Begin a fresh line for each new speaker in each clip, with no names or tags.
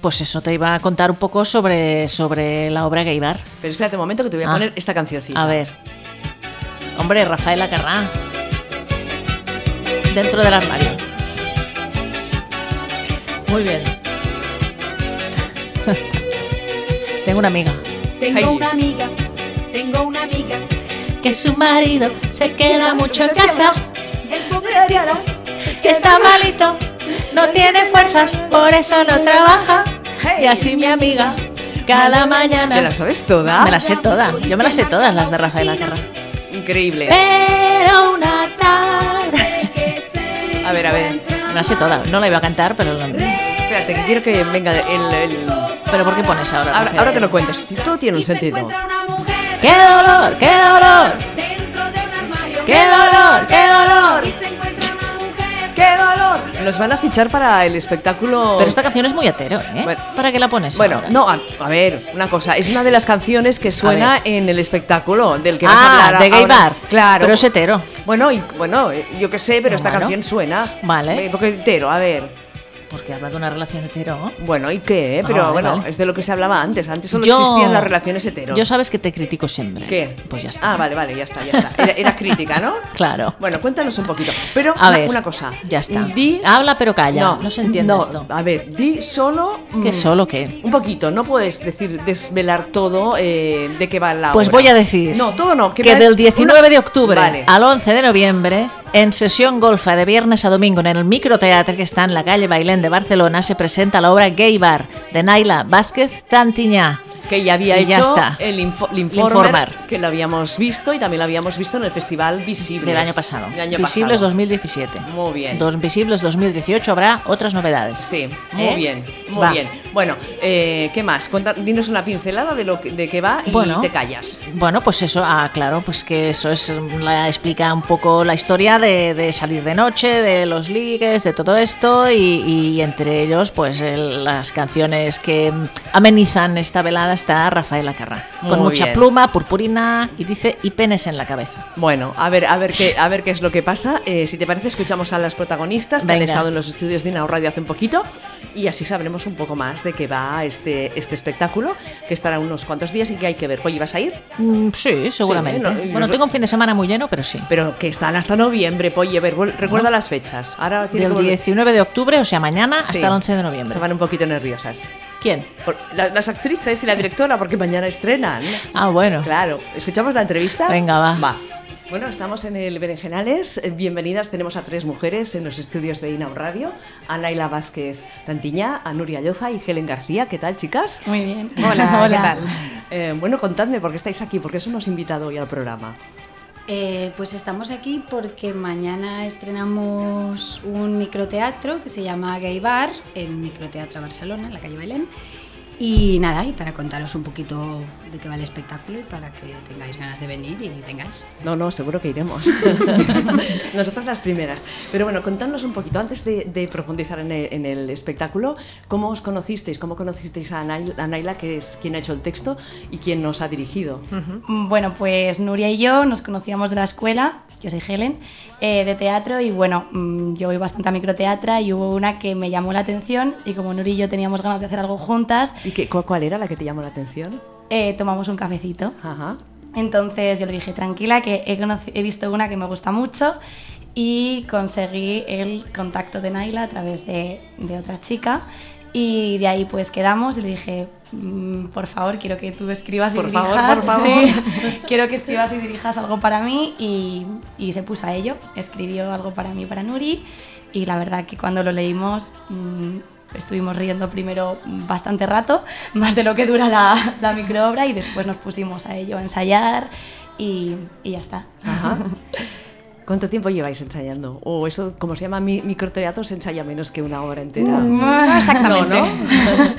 Pues eso, te iba a contar un poco sobre, sobre la obra Gaibar.
Pero espérate un momento que te voy a
Ah.
poner esta cancioncita.
A ver. Hombre, Rafael Acarrá. Dentro del armario. Muy bien. Tengo una amiga.
Tengo
Ay.
una amiga, tengo una amiga.
Que su marido se queda mucho en casa.
El pobre diablo
Que está malito. No tiene fuerzas. Por eso no trabaja. Y así mi amiga. Cada
¿Te la
mañana.
sabes toda?
Me las sé todas. Yo me las sé todas las de Rafael Acarrá.
Increíble.
Eh. Pero una tarde.
que se
A ver, a ver.
Me la sé toda. No la iba a cantar, pero.
Espérate, que quiero que venga el... el-
¿Pero por qué pones ahora?
Ahora,
Rafael?
ahora te lo cuento. Todo tiene un
y se
sentido.
encuentra una mujer
¡Qué dolor! ¡Qué dolor!
dentro de un armario.
¡Qué dolor! ¡Qué dolor!
Y se encuentra una mujer
¡Qué dolor! Nos van a fichar para el espectáculo...
Pero esta canción es muy hetero, ¿eh?
Bueno.
¿Para qué la pones?
Bueno,
ahora?
no, a, a ver, una cosa. Es una de las canciones que
ver.
suena en el espectáculo del que vas a
Ah,
hablar
de gay
ahora.
bar.
Claro.
Pero es hetero.
Bueno, y, bueno, eh, yo qué sé, pero esta
Bueno.
canción suena.
Vale.
Eh, Porque entero, a ver.
Porque habla de una relación hetero.
Bueno, ¿y qué? eh? Pero
Ah, vale,
bueno,
vale.
es de lo que se hablaba antes. Antes solo
Yo-
existían las relaciones heteros.
Yo sabes que te critico siempre.
¿Qué?
Pues ya está.
Ah, vale, vale, ya está, ya está. Era, era crítica, ¿no?
Claro.
Bueno, cuéntanos un poquito. Pero
A
una,
ver,
una cosa.
ya está.
Di...
Habla, pero calla. No se entiende esto.
A ver, di solo. mm,
¿Qué solo qué?
Un poquito, no puedes decir desvelar todo eh, de qué va la
Pues
obra.
voy a decir
No, todo no.
que,
me-
del 19
una-
de octubre
Vale.
al 11 de noviembre, en sesión golfa de viernes a domingo en el microteatro que está en la calle Bailén de Barcelona, se presenta la obra Gay Bar de Naila Vázquez Tantiñá.
Que ya había
Y
hecho
ya está.
el, info- el
Informer.
informer, que lo habíamos visto y también lo habíamos visto en el Festival Visibles.
Del año pasado.
Del año
Visibles
pasado.
2017.
Muy bien.
Dos Visibles 2018 habrá otras novedades.
Sí, muy
¿Eh?
bien, muy
Va.
bien. Bueno, eh, ¿qué más? Cuenta- dinos una pincelada de lo que- de qué va y
Bueno.
te callas.
Bueno, pues eso, ah, claro, pues que eso es la, explica un poco la historia de, de salir de noche, de los ligues, de todo esto y, y entre ellos, pues el- las canciones que mm, amenizan esta velada está Rafael Acarrá, con
Muy
mucha
bien.
pluma, purpurina y dice y penes en la cabeza.
Bueno, a ver, a ver qué, a ver qué es lo que pasa. Eh, si te parece, escuchamos a las protagonistas que han
Venga.
estado en los estudios de Inao Radio hace un poquito y así sabremos un poco más de qué va este, este espectáculo, que estará unos cuantos días y que hay que ver. Oye, ¿vas a ir?
Mm, sí, seguramente.
no, y
bueno,
nos-
tengo un fin de semana muy lleno, pero sí.
Pero que están hasta noviembre, Poy. A ver, vuel- recuerda las fechas. Ahora tiene
Del
que volver-
19 de octubre, o sea, mañana,
Sí.
hasta el 11 de noviembre.
Se van un poquito nerviosas.
¿Quién?
Por- la- las actrices y la directora, porque mañana estrenan.
Ah, bueno.
Claro. ¿Escuchamos la entrevista?
Venga, va.
Bueno, estamos en el Berenjenales. Eh, Bienvenidas. Tenemos a tres mujeres en los estudios de Inau Radio. A Naila Vázquez Tantiñá, a Nuria Lloza y Helen García. ¿Qué tal, chicas?
Muy bien. Hola, hola.
Eh, bueno, contadme por qué estáis aquí, por qué eso nos ha invitado hoy al programa.
Eh, pues estamos aquí porque mañana estrenamos un microteatro que se llama Gay Bar en Microteatro Barcelona, en la calle Belén. Y nada, y para contaros un poquito de qué va el espectáculo y para que tengáis ganas de venir y vengáis.
No, no, seguro que iremos. Nosotras las primeras. Pero bueno, contadnos un poquito, antes de, de profundizar en el, en el espectáculo, ¿cómo os conocisteis? ¿Cómo conocisteis a Naila, a Naila, que es quien ha hecho el texto y quien nos ha dirigido?
Bueno, pues Nuria y yo nos conocíamos de la escuela, yo soy Helen, eh, de teatro y bueno, mm, yo voy bastante a microteatra y hubo una que me llamó la atención y como Nuria y yo teníamos ganas de hacer algo juntas,
¿Y qué, cu- cuál era la que te llamó la atención?
eh, tomamos un cafecito.
Ajá.
Entonces yo le dije, tranquila, que he, conoci- he visto una que me gusta mucho y conseguí el contacto de Naila a través de, de otra chica y de ahí pues quedamos y le dije, "Mm, por favor, quiero que tú escribas
Por
y
favor,
dirijas,
por favor.
sí, quiero que escribas y dirijas algo para mí y, y se puso a ello, escribió algo para mí, para Nuri y la verdad que cuando lo leímos... mm, Estuvimos riendo primero bastante rato, más de lo que dura la, la microobra, y después nos pusimos a ello a ensayar y, y ya está.
Ah.
Ajá. ¿Cuánto tiempo lleváis ensayando? O eso, como se llama mi, microteatro, se ensaya menos que una hora entera.
Ah.
Ah,
No exactamente.
No,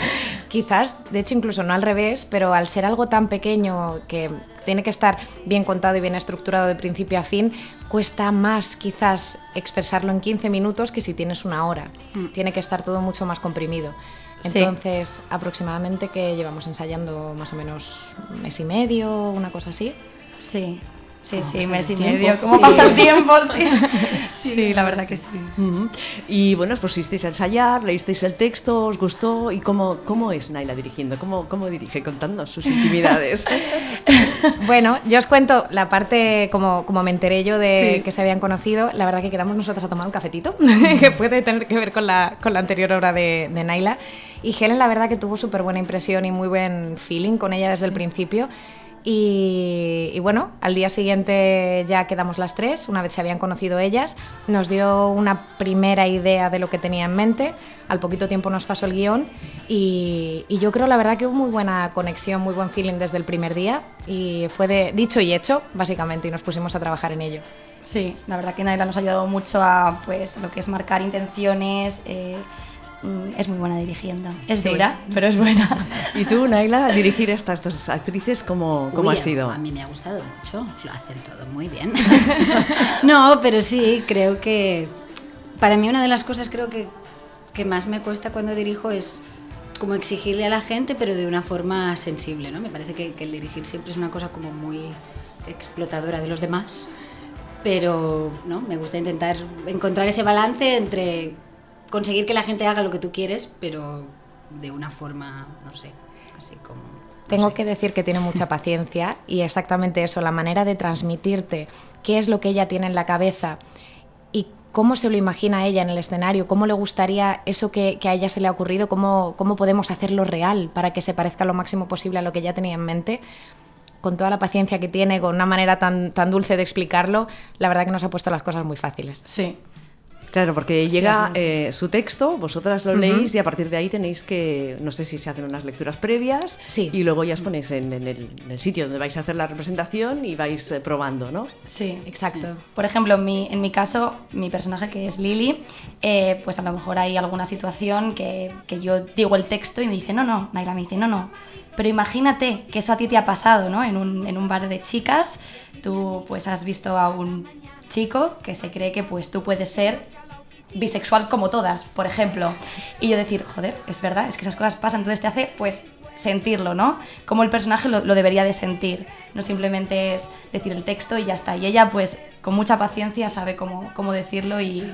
Quizás, de hecho, incluso no al revés, pero al ser algo tan pequeño que tiene que estar bien contado y bien estructurado de principio a fin, cuesta más quizás expresarlo en 15 minutos que si tienes una hora. Tiene que estar todo mucho más comprimido.
Mm. Sí.
Entonces, aproximadamente que llevamos ensayando más o menos un mes y medio, una cosa así.
Sí. Sí,
¿Cómo
sí,
pasa
mes y
Ah, pues el
medio.
tiempo?
¿Cómo
Sí. pues
pasa el tiempo? Sí, sí, la verdad que sí.
Ujú. Y bueno, os pusisteis a ensayar, leísteis el texto, os gustó. ¿Y cómo, cómo es Naila dirigiendo? ¿Cómo, cómo dirige? Contadnos sus intimidades.
Bueno, yo os cuento la parte como, como me enteré yo de
Sí.
que se habían conocido. La verdad que quedamos nosotras a tomar un cafetito, que puede tener que ver con la, con la anterior obra de, de Naila. Y Helen, la verdad que tuvo súper buena impresión y muy buen feeling con ella desde el principio. Y, y bueno, al día siguiente ya quedamos las tres, una vez se habían conocido ellas, nos dio una primera idea de lo que tenía en mente, al poquito tiempo nos pasó el guión y, y yo creo la verdad que hubo muy buena conexión, muy buen feeling desde el primer día y fue de dicho y hecho, básicamente, y nos pusimos a trabajar en ello.
Sí, la verdad que Naila nos ha ayudado mucho a pues, lo que es marcar intenciones. eh, mm, es muy buena dirigiendo. Es
Sí.
dura, pero es buena.
¿Y tú, Naila, dirigir a estas dos actrices, cómo, cómo
Uy,
ha sido?
A mí me ha gustado mucho, lo hacen todo muy bien. no, pero sí, creo que para mí una de las cosas creo que, que más me cuesta cuando dirijo es como exigirle a la gente, pero de una forma sensible, ¿no? Me parece que, que el dirigir siempre es una cosa como muy explotadora de los demás, pero no, me gusta intentar encontrar ese balance entre conseguir que la gente haga lo que tú quieres, pero de una forma, no sé, así como... no
Tengo
sé.
que decir que tiene mucha paciencia y exactamente eso, la manera de transmitirte qué es lo que ella tiene en la cabeza y cómo se lo imagina ella en el escenario, cómo le gustaría eso que, que a ella se le ha ocurrido, cómo, cómo podemos hacerlo real para que se parezca lo máximo posible a lo que ella tenía en mente. Con toda la paciencia que tiene, con una manera tan, tan dulce de explicarlo, la verdad que nos ha puesto las cosas muy fáciles.
Sí.
Claro, porque llega
sí, sí.
eh, su texto, vosotras lo leéis y a partir de ahí tenéis que, no sé si se hacen unas lecturas previas
Sí.
y luego ya os ponéis en, en el, en el sitio donde vais a hacer la representación y vais eh, probando, ¿no?
Sí,
Exacto.
Por ejemplo, en mi, en mi caso, mi personaje que es Lily, eh, pues a lo mejor hay alguna situación que, que yo digo el texto y me dice, no, no, Naila me dice, no, no. Pero imagínate que eso a ti te ha pasado, ¿no? En un, en un bar de chicas, tú pues has visto a un chico que se cree que pues tú puedes ser bisexual como todas, por ejemplo. Y yo decir, joder, es verdad, es que esas cosas pasan, entonces te hace pues sentirlo, ¿no? Como el personaje lo, lo debería de sentir, no simplemente es decir el texto y ya está. Y ella pues con mucha paciencia sabe cómo, cómo decirlo y,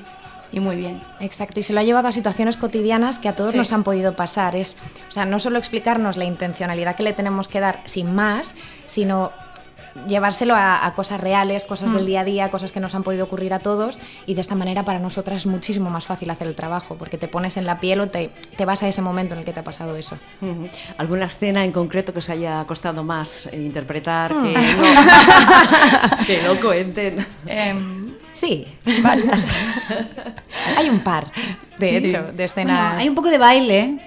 y muy bien.
Exacto, y se lo ha llevado a situaciones cotidianas que a todos
Sí.
nos han podido pasar. Es, o sea, no solo explicarnos la intencionalidad que le tenemos que dar sin más, sino llevárselo a, a cosas reales, cosas
Mm.
del día a día, cosas que nos han podido ocurrir a todos y de esta manera para nosotras es muchísimo más fácil hacer el trabajo porque te pones en la piel o te, te vas a ese momento en el que te ha pasado eso.
Ujú. ¿Alguna escena en concreto que os haya costado más eh, interpretar que,
Mm.
no, que no cuenten?
Em,
Sí,
varias.
hay un par, de hecho, de escenas.
Bueno, hay un poco de baile,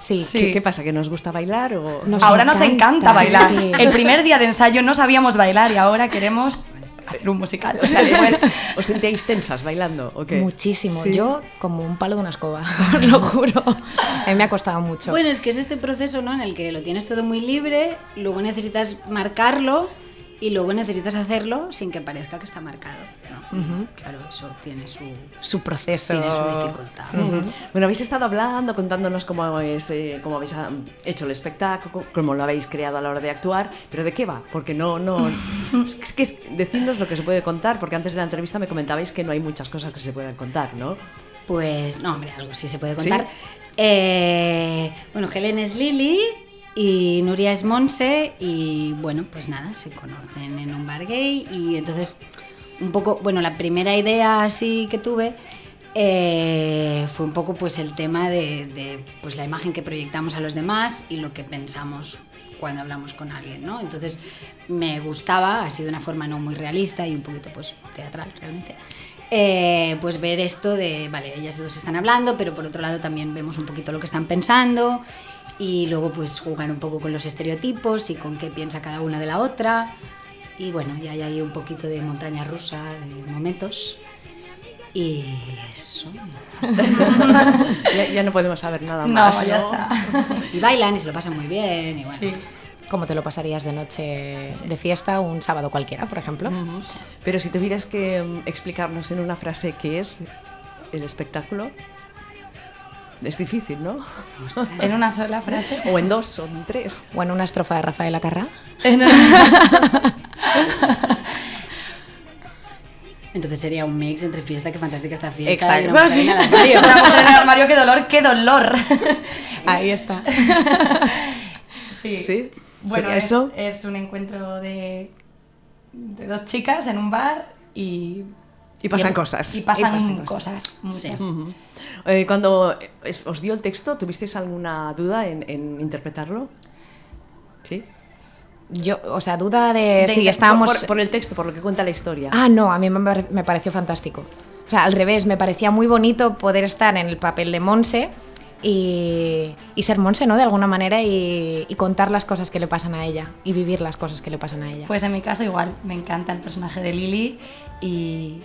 Sí,
¿Qué, qué pasa? ¿Que nos gusta bailar o...?
Nos
ahora nos encanta
encanta,
bailar.
sí.
El primer día de ensayo no sabíamos bailar y ahora queremos hacer un musical. O sea, pues,
¿Os sentíais tensas bailando o qué?
Muchísimo, yo como un palo de una escoba, os lo juro. A mí me ha costado mucho.
Bueno, es que es este proceso, ¿no? En el que lo tienes todo muy libre, luego necesitas marcarlo y luego necesitas hacerlo sin que parezca que está marcado. ¿no? Claro, eso tiene su,
su proceso.
tiene su dificultad.
Eh, Bueno, habéis estado hablando, contándonos cómo, es, eh, cómo habéis ah, hecho el espectáculo, cómo lo habéis creado a la hora de actuar, pero ¿de qué va? Porque no, no... Es que es, decidnos lo que se puede contar, porque antes de la entrevista me comentabais que no hay muchas cosas que se puedan contar, ¿no?
Pues no, hombre, algo sí se puede
¿Sí?
contar. Eh, bueno, Helen es Lili y Nuria es Monse y bueno, pues nada, se conocen en un bar gay y entonces un poco, bueno, la primera idea así que tuve eh, fue un poco pues el tema de, de, pues la imagen que proyectamos a los demás y lo que pensamos cuando hablamos con alguien, ¿no? Entonces me gustaba, así de una forma no muy realista y un poquito pues teatral realmente, eh, pues ver esto de, vale, ellas dos están hablando, pero por otro lado también vemos un poquito lo que están pensando y luego pues jugar un poco con los estereotipos y con qué piensa cada una de la otra y bueno, ya hay ahí un poquito de montaña rusa de momentos y eso.
Ya, ya no podemos saber nada
no,
más.
ya está.
Y bailan y se lo pasan muy bien y bueno.
Sí.
Como te lo pasarías de noche de fiesta un sábado cualquiera, por ejemplo.
Pero si tuvieras que mm, explicarnos en una frase qué es el espectáculo, es difícil, ¿no?
En una sola frase.
O en dos, o en tres.
O en una estrofa de Rafael Acarrá.
Entonces sería un mix entre fiesta, que fantástica esta fiesta.
Exacto,
y una mujer en
sí.
el armario.
Una mujer en el armario, qué dolor, qué dolor.
Ahí está.
Sí.
Sí,
Bueno,
sería
es,
eso.
es un encuentro de, de dos chicas en un bar y...
Y pasan
y-
cosas.
Y pasan,
Y pasan
cosas, muchas.
Sí.
Ujú. Eh, cuando eh, es- os dio el texto, ¿tuvisteis alguna duda en, en interpretarlo? Sí.
Yo, o sea, duda de,
Eh,
De
si
inter-
estábamos...
Por, por el texto, por lo que cuenta la historia.
Ah, no, a mí me, pare- me pareció fantástico. O sea, al revés, me parecía muy bonito poder estar en el papel de Monse y, y ser Monse, ¿no? De alguna manera y, y contar las cosas que le pasan a ella y vivir las cosas que le pasan a ella.
Pues en mi caso igual, me encanta el personaje de Lili y,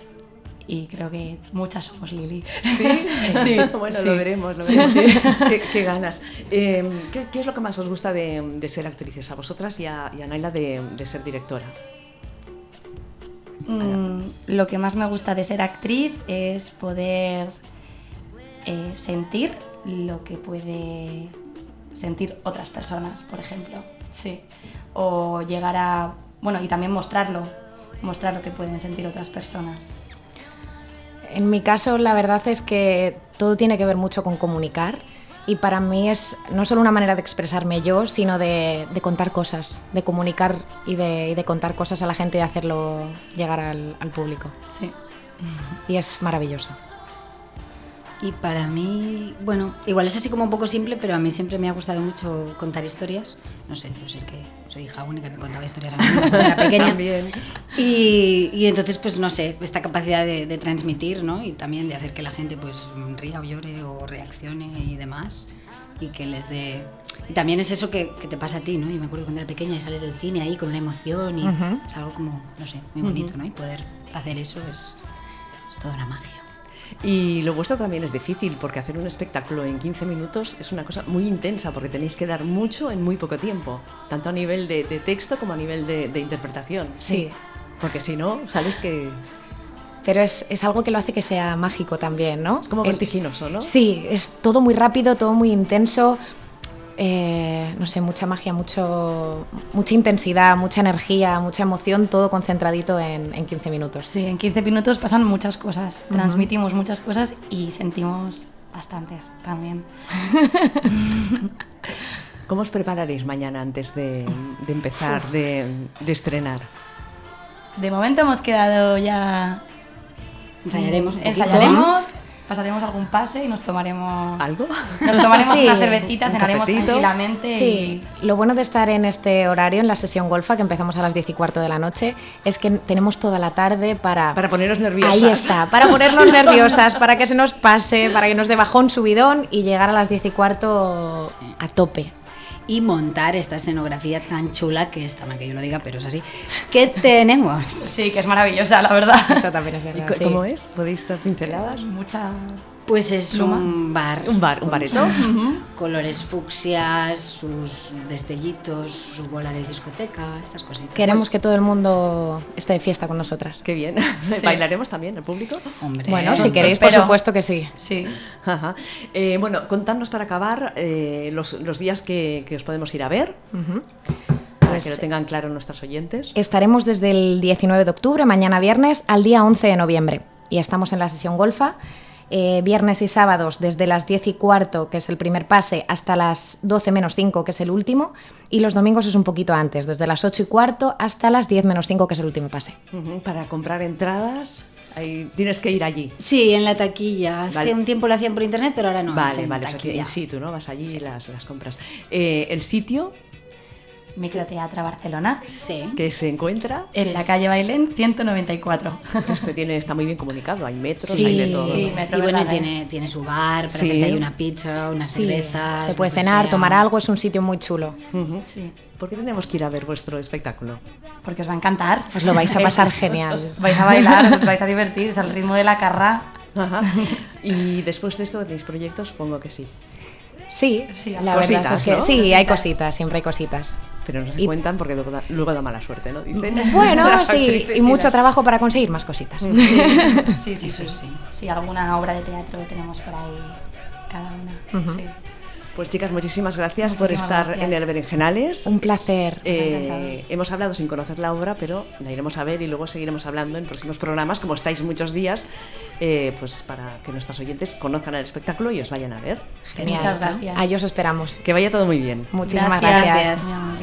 y creo que muchas somos Lili.
Sí,
Sí,
bueno,
sí.
lo veremos, lo veremos. Qué, qué ganas. Eh, ¿qué, qué es lo que más os gusta de, de ser actrices? A vosotras y a, y a Naila de, de ser directora.
Mm, lo que más me gusta de ser actriz es poder eh, sentir lo que puede sentir otras personas, por ejemplo. Sí. O llegar a. Bueno, y también mostrarlo. Mostrar lo que pueden sentir otras personas.
En mi caso, la verdad es que todo tiene que ver mucho con comunicar y para mí es no solo una manera de expresarme yo, sino de, de contar cosas, de comunicar y de, y de contar cosas a la gente y de hacerlo llegar al, al público.
Sí.
Y es maravilloso.
Y para mí, bueno, igual es así como un poco simple, pero a mí siempre me ha gustado mucho contar historias. No sé, yo sé que soy hija única, me contaba historias a mí cuando era pequeña.
También.
Y, y entonces, pues no sé, esta capacidad de, de transmitir, ¿no? Y también de hacer que la gente pues ría o llore o reaccione y demás. Y que les dé... Y también es eso que, que te pasa a ti, ¿no? Y me acuerdo cuando era pequeña y sales del cine ahí con una emoción y
Ujú.
es algo como, no sé, muy bonito, ¿no? Y poder hacer eso es, es toda una magia.
Y lo vuestro también es difícil, porque hacer un espectáculo en 15 minutos es una cosa muy intensa, porque tenéis que dar mucho en muy poco tiempo, tanto a nivel de, de texto como a nivel de, de interpretación.
Sí.
Porque si no, sabes que es
Pero es, es algo que lo hace que sea mágico también, ¿no?
como
El-
vertiginoso, ¿no?
Sí, es todo muy rápido, todo muy intenso. eh, no sé, mucha magia, mucho, mucha intensidad, mucha energía, mucha emoción, todo concentradito en, en 15 minutos.
Sí, en 15 minutos pasan muchas cosas. Transmitimos muchas cosas y sentimos bastantes también.
¿Cómo os prepararéis mañana antes de, de empezar, de, de estrenar?
De momento hemos quedado ya.
Ensayaremos un poquito. ¿eh?
Ensayaremos, pasaremos algún pase y nos tomaremos.
¿Algo?
Nos tomaremos
Sí,
una cervecita,
un
cenaremos
cafetito.
tranquilamente
Sí, lo bueno de estar en este horario, en la sesión golfa, que empezamos a las 10 y cuarto de la noche, es que tenemos toda la tarde para...
Para poneros nerviosas.
Ahí está, para ponernos nerviosas, para que se nos pase, para que nos dé bajón subidón y llegar a las 10 y cuarto a tope.
y montar esta escenografía tan chula que está mal que yo lo diga, pero es así. ¿Qué tenemos?
y. Sí, que es maravillosa, la verdad.
Eso también es
¿Y
verdad.
co-
sí.
¿Cómo es? ¿Podéis dar pinceladas?
Mucha.
Pues es
Pluma.
un bar.
Un bar, un
con
bareto.
sus Colores fucsias, sus destellitos, su bola de discoteca, estas cositas.
Queremos que todo el mundo esté de fiesta con nosotras.
Qué bien. ¿Bailaremos también el público?
Hombre,
Bueno, si queréis, por
espero.
supuesto que sí.
Sí.
Ajá. Eh, bueno, contadnos para acabar eh, los, los días que, que os podemos ir a ver, para que lo
Pues
tengan claro nuestros oyentes.
eh,
estaremos desde el 19 de octubre, mañana viernes, al día 11 de noviembre. Y estamos en la sesión golfa. eh, viernes y sábados desde las 10 y cuarto, que es el primer pase, hasta las 12 menos 5, que es el último. Y los domingos es un poquito antes, desde las 8 y cuarto hasta las 10 menos 5, que es el último pase.
Ujú, Para comprar entradas ahí tienes que ir allí.
Sí, en la taquilla. Hace
Vale.
un tiempo lo hacían por internet,
Ah,
pero ahora no. es
vale,
en
vale, o sea, que
taquilla.
in situ, ¿no? Vas allí y las, las compras. Eh, el sitio
Microteatra Barcelona.
Sí.
que se encuentra,
En la calle Bailén 194.
este tiene, está muy bien comunicado, hay metros,
Sí,
hay de todo.
sí.
¿no?
me
y
atrevo
bueno,
nada, ¿eh?
tiene, tiene su bar, para
Sí.
hacerte ahí una pizza, unas
Sí,
cervezas.
se
lo
puede
que
cenar,
sea.
tomar algo, es un sitio muy chulo.
Ujú.
Sí.
¿Por qué tenemos que ir a ver vuestro espectáculo?
Porque os va a encantar.
Os lo vais a pasar genial.
Vais a bailar, os vais a divertir, es al ritmo de la carra.
Ajá. Y después de esto, ¿tenéis proyectos? Supongo que sí.
Sí,
Sí,
la
cositas,
verdad es que
¿no?
sí, hay
Cositas.
cositas, siempre hay cositas.
Pero no se
Y-
cuentan porque luego da, luego da mala suerte, ¿no? Dicen.
Bueno,
Las
sí,
actrices
y mucho
las-
trabajo para conseguir más cositas.
Sí, sí, sí.
Eso sí.
Sí, alguna obra de teatro tenemos por ahí cada una. Sí.
Pues chicas, muchísimas gracias
Muchísimas
por estar
gracias.
en el Berenjenales.
Un placer.
Eh,
encantado.
hemos hablado sin conocer la obra, pero la iremos a ver y luego seguiremos hablando en próximos programas, como estáis muchos días, eh, pues para que nuestros oyentes conozcan el espectáculo y os vayan a ver.
Genial.
Muchas gracias.
Ahí os esperamos.
Que vaya todo muy bien.
Muchísimas
Gracias.
gracias.
Mi amor.